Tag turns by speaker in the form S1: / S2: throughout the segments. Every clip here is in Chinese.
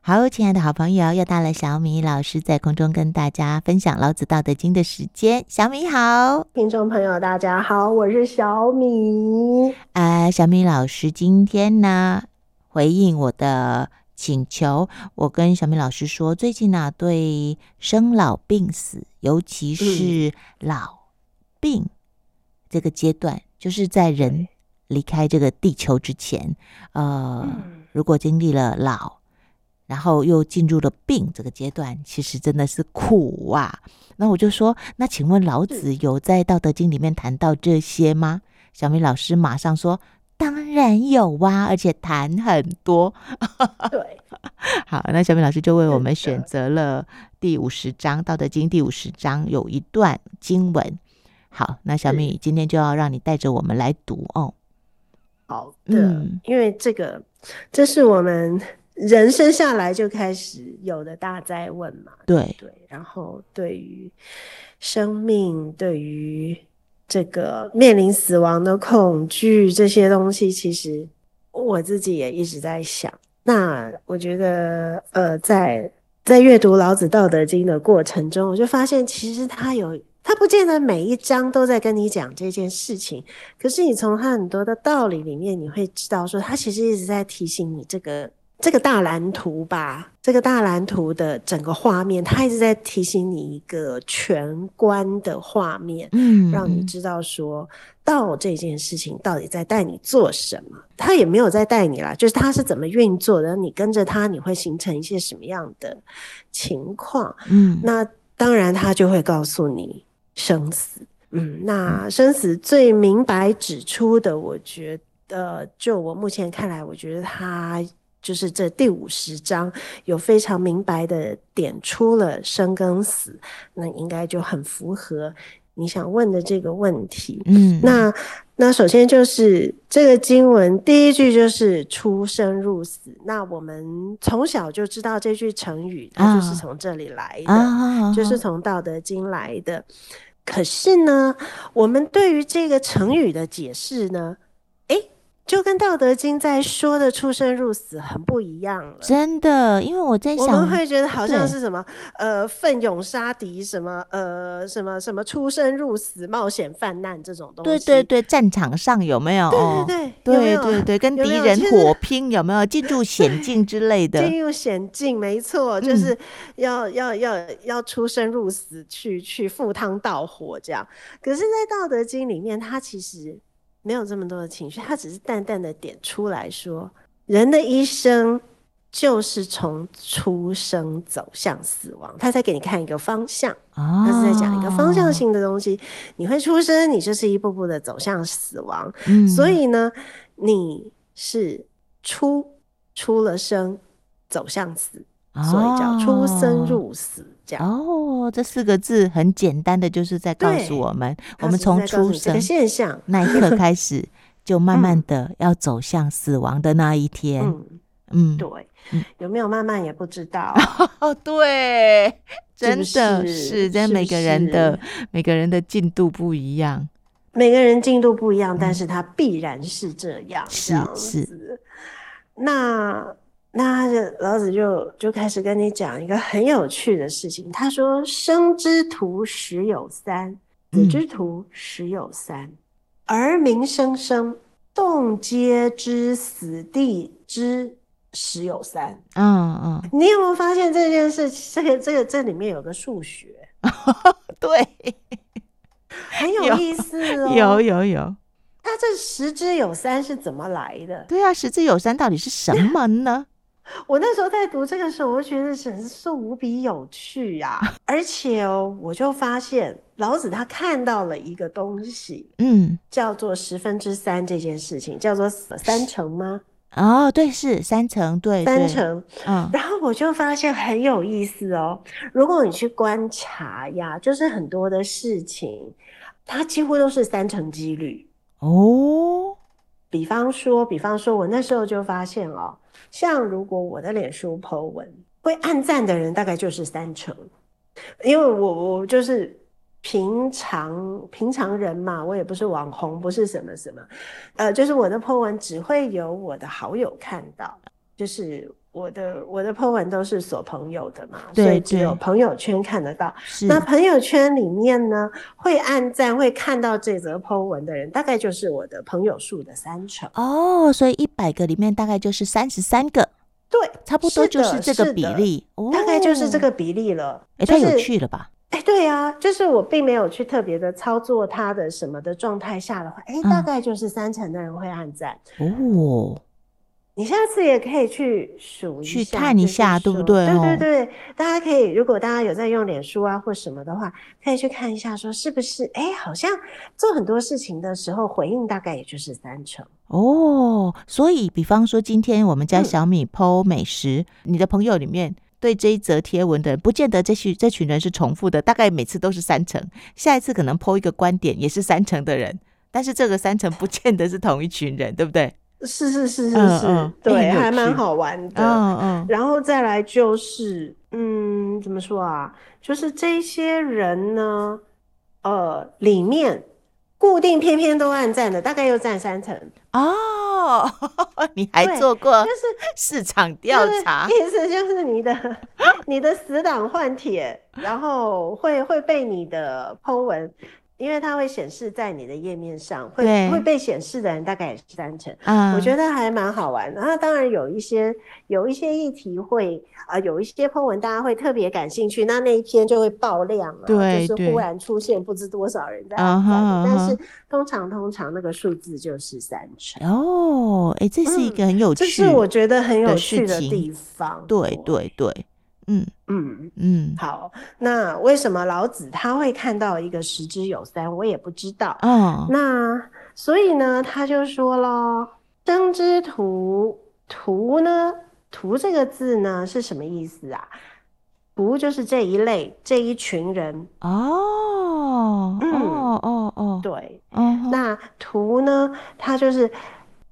S1: 好，亲爱的好朋友，又到了小米老师在空中跟大家分享《老子道德经》的时间。小米好，
S2: 听众朋友大家好，我是小米。
S1: 啊、小米老师今天呢回应我的请求，我跟小米老师说，最近呢、对生老病死，尤其是老病这个阶段，就是在人离开这个地球之前，呃。
S2: 嗯，
S1: 如果经历了老，然后又进入了病这个阶段，其实真的是苦啊。那我就说，那请问老子有在《道德经》里面谈到这些吗？小明老师马上说，当然有啊，而且谈很多。
S2: 对，
S1: 好，那小明老师就为我们
S2: 是的
S1: 选择了第五十章《道德经》第五十章有一段经文。好，那小米今天就要让你带着我们来读哦。
S2: 好的，
S1: 嗯
S2: 因为这个，这是我们人生下来就开始有的大灾问嘛，
S1: 对，
S2: 对。然后对于生命，对于这个面临死亡的恐惧这些东西，其实我自己也一直在想。那我觉得，呃，在在阅读《老子·道德经》的过程中，我就发现，其实它有，它不见得每一章都在跟你讲这件事情，可是你从它很多的道理里面，你会知道说，它其实一直在提醒你这个这个大蓝图吧，这个大蓝图的整个画面，它一直在提醒你一个全观的画面。
S1: 嗯，
S2: 让你知道说道这件事情到底在带你做什么。他也没有在带你啦，就是他是怎么运作的，你跟着他你会形成一些什么样的情况。
S1: 嗯，
S2: 那当然，他就会告诉你生死。嗯，那生死最明白指出的，我觉得，就我目前看来，我觉得他就是这第五十章有非常明白的点出了生跟死，那应该就很符合你想问的这个问题。
S1: 嗯，
S2: 那那首先就是这个经文第一句就是“出生入死”，那我们从小就知道这句成语，它就是
S1: 啊
S2: 从这里来的，
S1: 啊，
S2: 就是从《道德经》来的。可是呢，我们对于这个成语的解释呢，诶，就跟《道德经》在说的“出生入死”很不一样了。
S1: 真的，因为我在
S2: 我
S1: 想
S2: 们，会觉得好像
S1: 对
S2: 是什么呃奋勇杀敌，什么呃什么什么出生入死、冒险犯难这种东
S1: 对
S2: 西。
S1: 对对，战场上有没有？哦
S2: 对对
S1: 对
S2: 有没有
S1: 对对，跟敌
S2: 有没有
S1: 人
S2: 就是
S1: 火拼有没有？进入险境之类的，
S2: 进入险境，没错，就
S1: 嗯
S2: 是要、要要要出生入死去去赴汤蹈火这样。可是，在《道德经》里面，它其实没有这么多的情绪，它只是淡淡的点出来说，人的一生就是从出生走向死亡，它在给你看一个方向。
S1: 他
S2: 他是在讲一个方
S1: 哦
S2: 向，性的东西。你会出生，你就是一步步的走向死亡。
S1: 嗯
S2: 所以呢，你是出出了生，走向死，
S1: 嗯
S2: 所以叫出生入死。这样，
S1: 哦哦。哦，这四个字很简单的，就是在告
S2: 对
S1: 诉我们，
S2: 它
S1: 我们
S2: 只是
S1: 从
S2: 在告诉
S1: 出
S2: 你这
S1: 生
S2: 个现象，
S1: 那一 刻开始，就慢慢
S2: 嗯
S1: 的要走向死亡的那一天。
S2: 嗯，
S1: 嗯，
S2: 对
S1: 嗯，
S2: 有没有慢慢也不知道。
S1: 哦，对，
S2: 是
S1: 真
S2: 不
S1: 的
S2: 是
S1: 是，但
S2: 是
S1: 每
S2: 不
S1: 个人的
S2: 是
S1: 每个人的进度不一样。
S2: 每个人进度不一样，
S1: 嗯
S2: 但是他必然是这样，
S1: 是
S2: 这样
S1: 是
S2: 子。那那老子就就开始跟你讲一个很有趣的事情。他说：“生之徒十有三，死
S1: 嗯
S2: 之徒十有三，而民生生，动皆知死地之十有三。”
S1: 嗯嗯，
S2: 你有没有发现这件事？这个这个这里面有个数学，
S1: 对，
S2: 很有
S1: 有
S2: 意思哦。
S1: 有有有，
S2: 他这十之有三是怎么来的？
S1: 对啊，十之有三到底是什么呢？
S2: 我那时候在读这个时候，我就觉得真是无比有趣呀、啊！而且哦，我就发现老子他看到了一个东西，
S1: 嗯，
S2: 叫做十分之三这件事情，叫做三成吗？
S1: 哦，对，是三层，对，
S2: 三
S1: 对，
S2: 成。
S1: 嗯
S2: 然后我就发现很有意思哦，如果你去观察呀，就是很多的事情，它几乎都是三成几率。
S1: 哦，
S2: 比方说，比方说，我那时候就发现哦，像如果我的脸书 po 文，会按赞的人大概就是三成，因为我我就是平常平常人嘛，我也不是网红，不是什么什么，呃，就是我的 po 文只会有我的好友看到，就是我的我的 po 文都是锁朋友的嘛，
S1: 对
S2: 所以只有
S1: 对
S2: 朋友圈看得到。
S1: 是
S2: 那朋友圈里面呢，会按赞会看到这则 po 文的人，大概就是我的朋友数的三成。
S1: 哦，所以一百个里面大概就是三十三个，
S2: 对，
S1: 差不多
S2: 是
S1: 就
S2: 的
S1: 是这个
S2: 是
S1: 比
S2: 的
S1: 例，
S2: 大概就是这
S1: 哦，
S2: 个比例了。
S1: 哎，
S2: 就
S1: 太
S2: 是
S1: 有趣了吧？
S2: 哎，对呀、就是我并没有去特别的操作它的什么的状态下的话，哎，大
S1: 嗯
S2: 概就是三成的人会按赞。
S1: 哦，
S2: 你下次也可以去数一
S1: 去
S2: 下，
S1: 看一
S2: 就是
S1: 下对不
S2: 说
S1: 对哦
S2: 对对对，大家可以，如果大家有在用脸书啊或什么的话，可以去看一下，说是不是？哎，好像做很多事情的时候回应大概也就是三成。
S1: 哦，所以比方说今天我们家
S2: 嗯
S1: 小米剖美食，你的朋友里面对这一则贴文的人，不见得这群这群人是重复的，大概每次都是三成，下一次可能剖一个观点也是三成的人，但是这个三成不见得是同一群人，对不对？
S2: 是是是是
S1: 嗯
S2: 是，
S1: 嗯哎
S2: 对，
S1: 很有
S2: 还蛮
S1: 趣
S2: 好玩的。
S1: 嗯嗯，
S2: 然后再来就是，嗯，怎么说啊？就是这些人呢，呃，里面固定偏偏都按赞的，大概又占三成，
S1: 哦， 你还
S2: 对
S1: 做过
S2: 就是
S1: 市场调
S2: 就是
S1: 哦查？
S2: 意思就是你的 你的死党换帖，然后会会被你的 Po 文，因为它会显示在你的页面上，
S1: 对
S2: 会会被显示的人大概也是三成。
S1: 啊
S2: 我觉得还蛮好玩的。那当然有一些有一些议题会啊、有一些 po 文大家会特别感兴趣，那那一篇就会爆量啊，
S1: 对
S2: 就是
S1: 对
S2: 忽然出现不知多少人在
S1: 啊
S2: 按
S1: 哈
S2: 赞
S1: 啊
S2: 你，但是
S1: 哈
S2: 通常通常那个数字就是三成，
S1: 哦，哎，这是一
S2: 嗯
S1: 个很有趣，
S2: 这是我觉得很有趣
S1: 的
S2: 的
S1: 事情
S2: 地方。
S1: 对，对对，嗯
S2: 嗯。
S1: 嗯
S2: 好，那为什么老子他会看到一个十之有三？我也不知道。
S1: 啊，
S2: 那所以呢，他就说了，“生之徒”，徒呢，徒这个字呢是什么意思啊？徒就是这一类这一群人，
S1: 哦，
S2: 嗯
S1: 哦哦哦，
S2: 对。
S1: 嗯哼，
S2: 那徒呢，它就是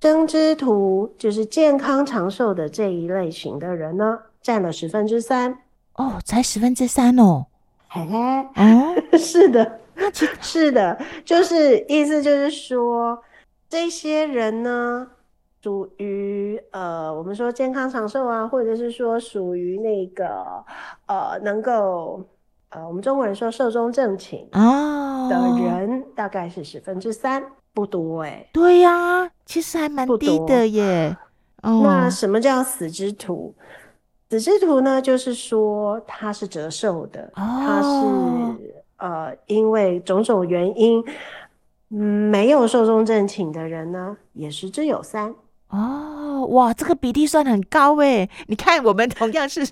S2: 生之徒，就是健康长寿的这一类型的人呢，占了十分之三。
S1: 哦，才十分之三哦，
S2: 嘿嘿，
S1: 哦，
S2: 是的。
S1: 那其
S2: 是的，就是意思就是说，这些人呢，属于呃，我们说健康长寿啊，或者是说属于那个呃，能够呃，我们中国人说寿终正寝
S1: 啊，
S2: 的人，大概是十分之三，不多哎。
S1: 对呀，其实还蛮
S2: 不
S1: 低
S2: 多
S1: 的耶，
S2: 那
S1: 哦，
S2: 什么叫死之徒？死之徒呢，就是说他是折寿的，他
S1: 哦
S2: 是呃，因为种种原因嗯没有寿终正寝的人呢，也十之有三。
S1: 哦，哇，这个比例算很高哎，你看我们同样是。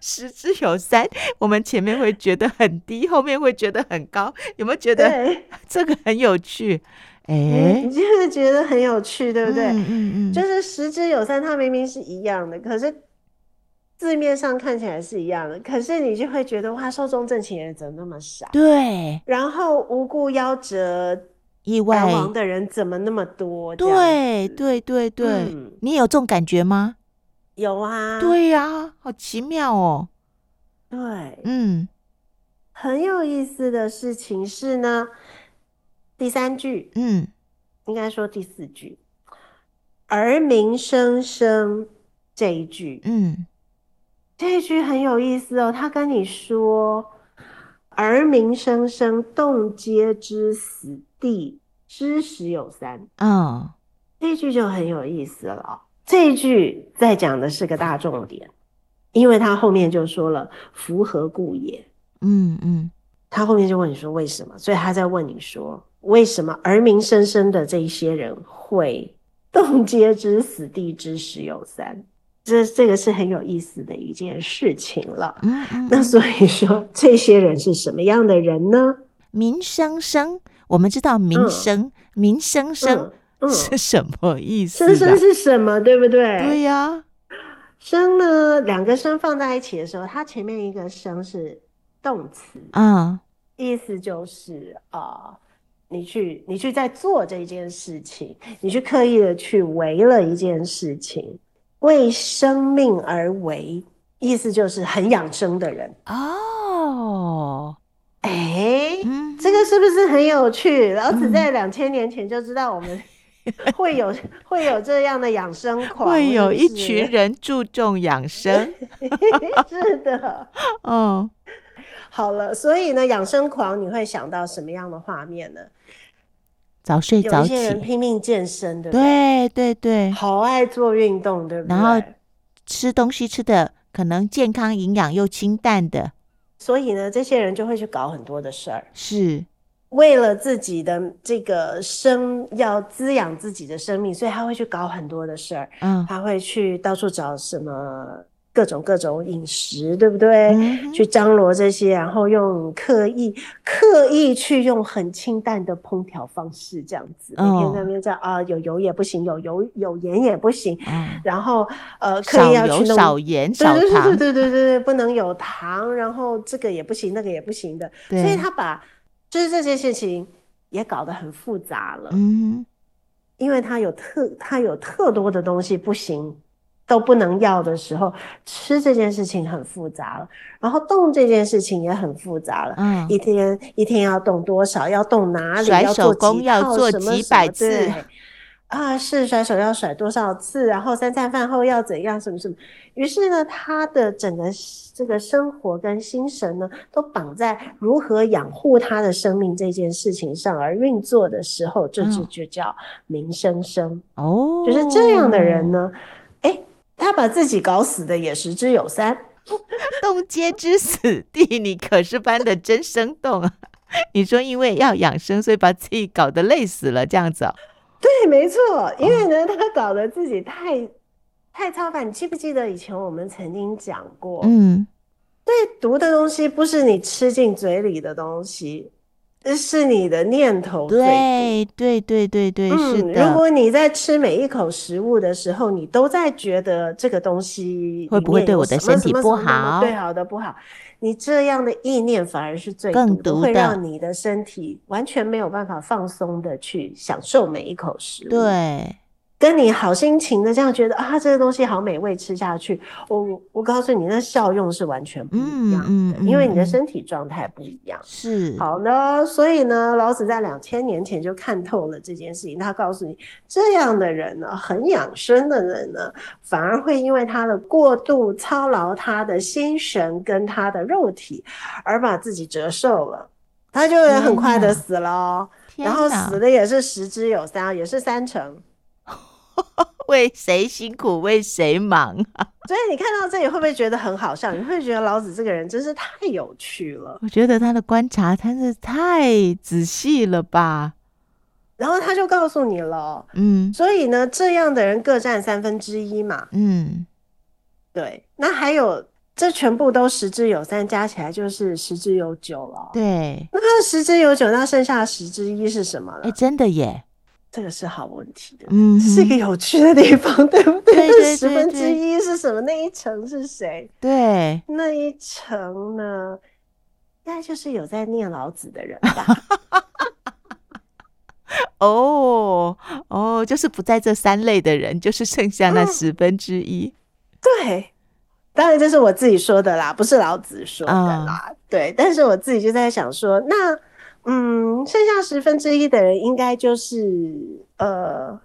S1: 十之有三，我们前面会觉得很低，后面会觉得很高，有没有觉得
S2: 对，
S1: 这个很有趣？哎、
S2: 你你就是觉得很有趣，对不对？
S1: 嗯嗯嗯，
S2: 就是十之有三，它明明是一样的，可是字面上看起来是一样的，可是你就会觉得哇，寿终正寝的人怎么那么少？
S1: 对，
S2: 然后无故夭折
S1: 意
S2: 而
S1: 外，
S2: 亡的人怎么那么多？这样
S1: 对
S2: 子
S1: 对对对，
S2: 嗯
S1: 你有这种感觉吗？
S2: 有啊，
S1: 对呀、好奇妙哦。
S2: 对，
S1: 嗯，
S2: 很有意思的事情是呢，第三句
S1: 嗯，
S2: 应该说第四句，“而民生生”这一句，
S1: 嗯，
S2: 这一句很有意思哦。他跟你说，“而民生生，动皆之死地，知时有三”，
S1: 哦，
S2: 这一句就很有意思了哦。这一句在讲的是个大重点，因为他后面就说了“夫何故也”。
S1: 嗯嗯，
S2: 他后面就问你说为什么，所以他在问你说为什么而民生生的这一些人会 动皆知死地之时有三，这这个是很有意思的一件事情了。
S1: 嗯嗯
S2: 那
S1: 嗯，
S2: 所以说这些人是什么样的人呢？
S1: 民生生，我们知道民
S2: 嗯
S1: 生，民生生
S2: 嗯嗯，
S1: 是什么意思、啊？
S2: 生生是什么，对不
S1: 对
S2: 对？
S1: 呀、
S2: 生呢，两个生放在一起的时候，它前面一个生是动词，
S1: 啊，
S2: 意思就是啊、呃你去你去在做这件事情，你去刻意的去为了一件事情，为生命而为，意思就是很养生的人。
S1: 哦，
S2: 哎，
S1: 嗯，
S2: 这个是不是很有趣？老子在两千年前就知道我们 会有会有这样的养生狂，
S1: 会有一
S2: 是不是
S1: 群人注重养生。
S2: 是的。
S1: 哦，
S2: 好了，所以呢，养生狂你会想到什么样的画面呢？
S1: 早睡
S2: 有
S1: 早
S2: 一
S1: 起
S2: 些，人拼命健身，对不对？
S1: 对对对，
S2: 好爱做运动，对不对？
S1: 然后吃东西吃的可能健康、营养又清淡的，
S2: 所以呢，这些人就会去搞很多的事儿，
S1: 是
S2: 为了自己的这个生，要滋养自己的生命，所以他会去搞很多的事儿，
S1: 嗯
S2: 他会去到处找什么各种各种饮食，对不对？
S1: 嗯哼
S2: 去张罗这些，然后用刻意刻意去用很清淡的烹调方式，这样子，每
S1: 哦
S2: 天在那边这样啊，有油也不行，有油有盐也不行，
S1: 嗯，
S2: 然后呃，刻
S1: 少
S2: 意要去
S1: 油、
S2: 弄
S1: 少盐、
S2: 对
S1: 少
S2: 对
S1: 糖，
S2: 对对对对对，不能有糖，然后这个也不行，那个也不行的，所以
S1: 对
S2: 他把就是这些事情也搞得很复杂了，
S1: 嗯
S2: 因为他有特他有特多的东西不行。都不能要的时候，吃这件事情很复杂了，然后动这件事情也很复杂了。
S1: 嗯
S2: 一天一天要动多少，要动哪里，
S1: 甩
S2: 要
S1: 手
S2: 做
S1: 功
S2: 几
S1: 要
S2: 套
S1: 做
S2: 什么
S1: 几
S2: 什
S1: 百
S2: 么对
S1: 次
S2: 啊，是甩手要甩多少次，然后三餐饭后要怎样，什么什么。于是呢，他的整个这个生活跟心神呢，都绑在如何养护他的生命这件事情上，而运作的时候，这就
S1: 嗯
S2: 就叫民生生。
S1: 哦，
S2: 就是这样的人呢，哎，他把自己搞死的也十之有三。
S1: 动皆知死地，你可是搬的真生动啊！ 你说因为要养生，所以把自己搞得累死了，这样子哦。
S2: 对，没错，因为呢，他搞得自己太太超凡。你记不记得以前我们曾经讲过，
S1: 嗯，
S2: 读的东西不是你吃进嘴里的东西，是你的念头最毒。
S1: 对嗯对对对对，是
S2: 嗯，如
S1: 的，
S2: 果你在吃每一口食物的时候，你都在觉得这个东西
S1: 会
S2: 里
S1: 不会
S2: 面
S1: 对
S2: 有
S1: 我的
S2: 什么
S1: 身
S2: 什
S1: 体
S2: 么
S1: 不
S2: 什么什么
S1: 好
S2: 对好的不好，你这样的意念反而是最
S1: 更
S2: 毒的，
S1: 毒
S2: 会
S1: 的
S2: 让你的身体完全没有办法放松的去享受每一口食物。
S1: 对，
S2: 跟你好心情的这样觉得啊，这个东西好美味，吃下去，我我告诉你，那效用是完全不一
S1: 嗯
S2: 样，
S1: 嗯，嗯
S2: 因为你的
S1: 嗯
S2: 身体状态不一样。
S1: 是
S2: 好呢，所以呢，老子在两千年前就看透了这件事情。他告诉你，这样的人呢，很养生的人呢，反而会因为他的过度操劳他的心神跟他的肉体，而把自己折寿了。他就会很快
S1: 天
S2: 的
S1: 哪
S2: 死了哦，
S1: 天
S2: 然后
S1: 哪
S2: 死的也是十之有三，也是三成。
S1: 为谁辛苦为谁忙 啊？
S2: 所以你看到这里会不会觉得很好笑？你会觉得老子这个人真是太有趣了。
S1: 我觉得他的观察真是太仔细了吧？
S2: 然后他就告诉你了，
S1: 嗯
S2: 所以呢，这样的人各占三分之一嘛。
S1: 嗯，
S2: 对，那还有这全部都十之有三，加起来就是十之有九了。，
S1: 对，
S2: 那他的十之有九，那剩下的十之一是什么
S1: 哎，
S2: 呢？
S1: 真的耶，
S2: 这个是好问题的，
S1: 嗯
S2: 这是一个
S1: 哼，
S2: 有趣的地方，对不对？
S1: 对
S2: 那
S1: 对
S2: 十
S1: 对
S2: 分
S1: 对
S2: 之一是什么？那一层是谁？
S1: 对，
S2: 那一层呢，应该就是有在念老子的人吧。
S1: 哦哦，就是不在这三类的人，就是剩下那
S2: 嗯
S1: 十分之一。
S2: 对，当然这是我自己说的啦，不是老子说的啦。
S1: 啊
S2: 对，但是我自己就在想说，那嗯，剩下十分之一的人应该就是呃，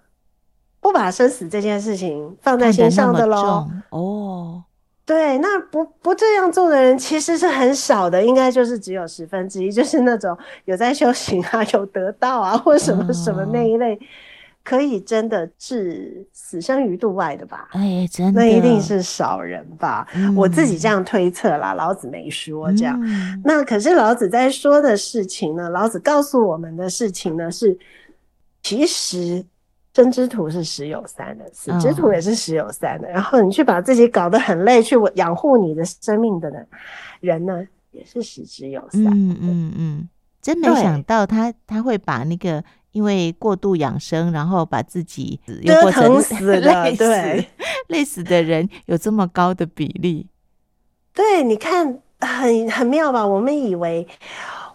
S2: 不把生死这件事情放
S1: 看
S2: 在心
S1: 得那
S2: 上
S1: 么
S2: 的喽。
S1: 重哦，
S2: 对，那不不这样做的人其实是很少的，应该就是只有十分之一，就是那种有在修行啊、有得道啊，或什么什么那一
S1: 啊
S2: 类，可以真的置死生于度外的吧？
S1: 哎，真的，
S2: 那一定是少人吧？我自己这样推测啦，老子没说
S1: 嗯
S2: 这样。
S1: 嗯
S2: 那可是老子在说的事情呢，老子告诉我们的事情呢是，其实生之徒是十有三的，死
S1: 嗯
S2: 之徒也是十有三的。然后你去把自己搞得很累，去养护你的生命的呢人呢，也是十之有三。
S1: 嗯嗯嗯，真没
S2: 对
S1: 想到他他会把那个因为过度养生，然后把自己又
S2: 折
S1: 过成
S2: 腾死了
S1: 累死
S2: 对
S1: 累死的人有这么高的比例，
S2: 对，你看很很妙吧？我们以为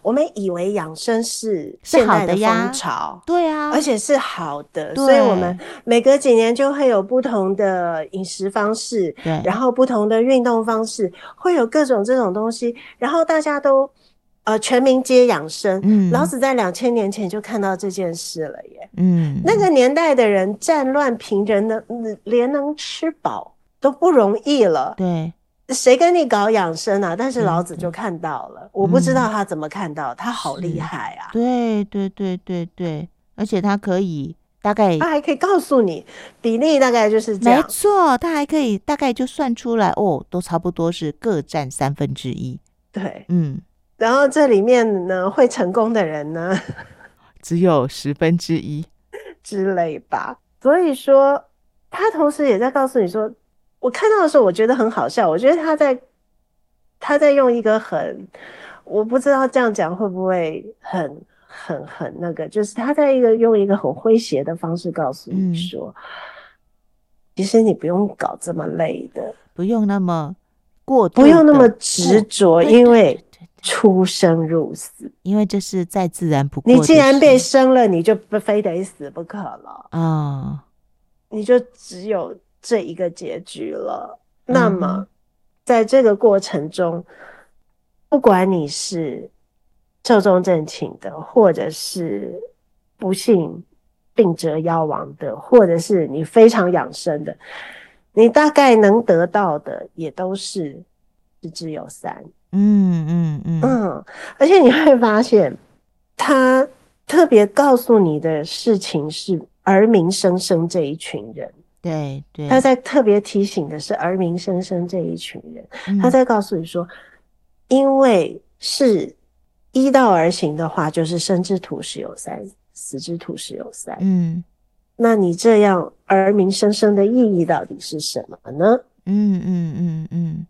S2: 我们以为养生是
S1: 是
S2: 现
S1: 好
S2: 代
S1: 的
S2: 的
S1: 呀
S2: 风潮，
S1: 对啊，
S2: 而且是好的，所以我们每隔几年就会有不同的饮食方式，
S1: 对，
S2: 然后不同的运动方式，会有各种这种东西，然后大家都呃，全民皆养生。
S1: 嗯
S2: 老子在两千年前就看到这件事了耶。
S1: 嗯，
S2: 那个年代的人战乱平人的，嗯连能吃饱都不容易了，
S1: 对，
S2: 谁跟你搞养生啊？但是
S1: 嗯
S2: 老子就看到了，我不知道他怎么看到，他好厉害啊！
S1: 对对对对对，而且它可以大概
S2: 他还可以告诉你比例大概啊就是这
S1: 没
S2: 样，
S1: 错，它还可以大概就算出来哦，都差不多是各占三分之一。
S2: 对。
S1: 嗯，
S2: 然后这里面呢，会成功的人呢
S1: 只有十分之一。
S2: 之类吧。所以说，他同时也在告诉你说，我看到的时候我觉得很好笑，我觉得他在他在用一个很，我不知道这样讲会不会很很很那个，就是他在一个用一个很诙谐的方式告诉
S1: 嗯
S2: 你说，其实你不用搞这么累的，
S1: 不用那么过度，
S2: 不用那么执着，
S1: 对
S2: 哦因
S1: 对
S2: 为
S1: 对对对
S2: 出生入死，
S1: 因为这是再自然不过的
S2: 你
S1: 事。
S2: 既然被生了，你就不非得死不可了。
S1: 啊、哦，
S2: 你就只有这一个结局了。
S1: 嗯
S2: 那么，在这个过程中，不管你是寿终正寝的，或者是不幸病折夭亡的，或者是你非常养生的，你大概能得到的也都是十之有三。
S1: 嗯嗯嗯，
S2: 嗯，而且你会发现，他特别告诉你的事情是儿民生生这一群人。
S1: 对对，
S2: 他在特别提醒的是儿民生生这一群人，
S1: 嗯
S2: 他在告诉你说，因为是依道而行的话，就是生之土石有三，死之土石有三。
S1: 嗯
S2: 那你这样儿民生生的意义到底是什么呢？
S1: 嗯嗯嗯嗯，